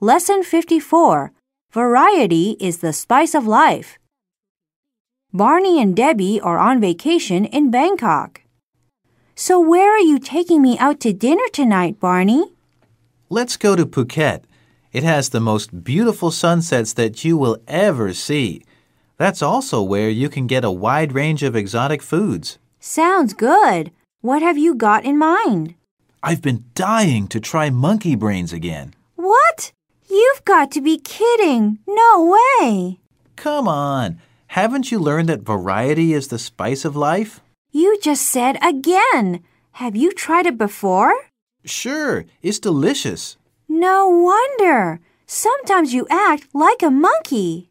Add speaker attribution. Speaker 1: Lesson 54 Variety is the Spice of Life. Barney and Debbie are on vacation in Bangkok. So, where are you taking me out to dinner tonight, Barney?
Speaker 2: Let's go to Phuket. It has the most beautiful sunsets that you will ever see. That's also where you can get a wide range of exotic foods.
Speaker 1: Sounds good. What have you got in mind?
Speaker 2: I've been dying to try monkey brains again.
Speaker 1: What? You've got to be kidding. No way.
Speaker 2: Come on. Haven't you learned that variety is the spice of life?
Speaker 1: You just said again. Have you tried it before?
Speaker 2: Sure, it's delicious.
Speaker 1: No wonder. Sometimes you act like a monkey.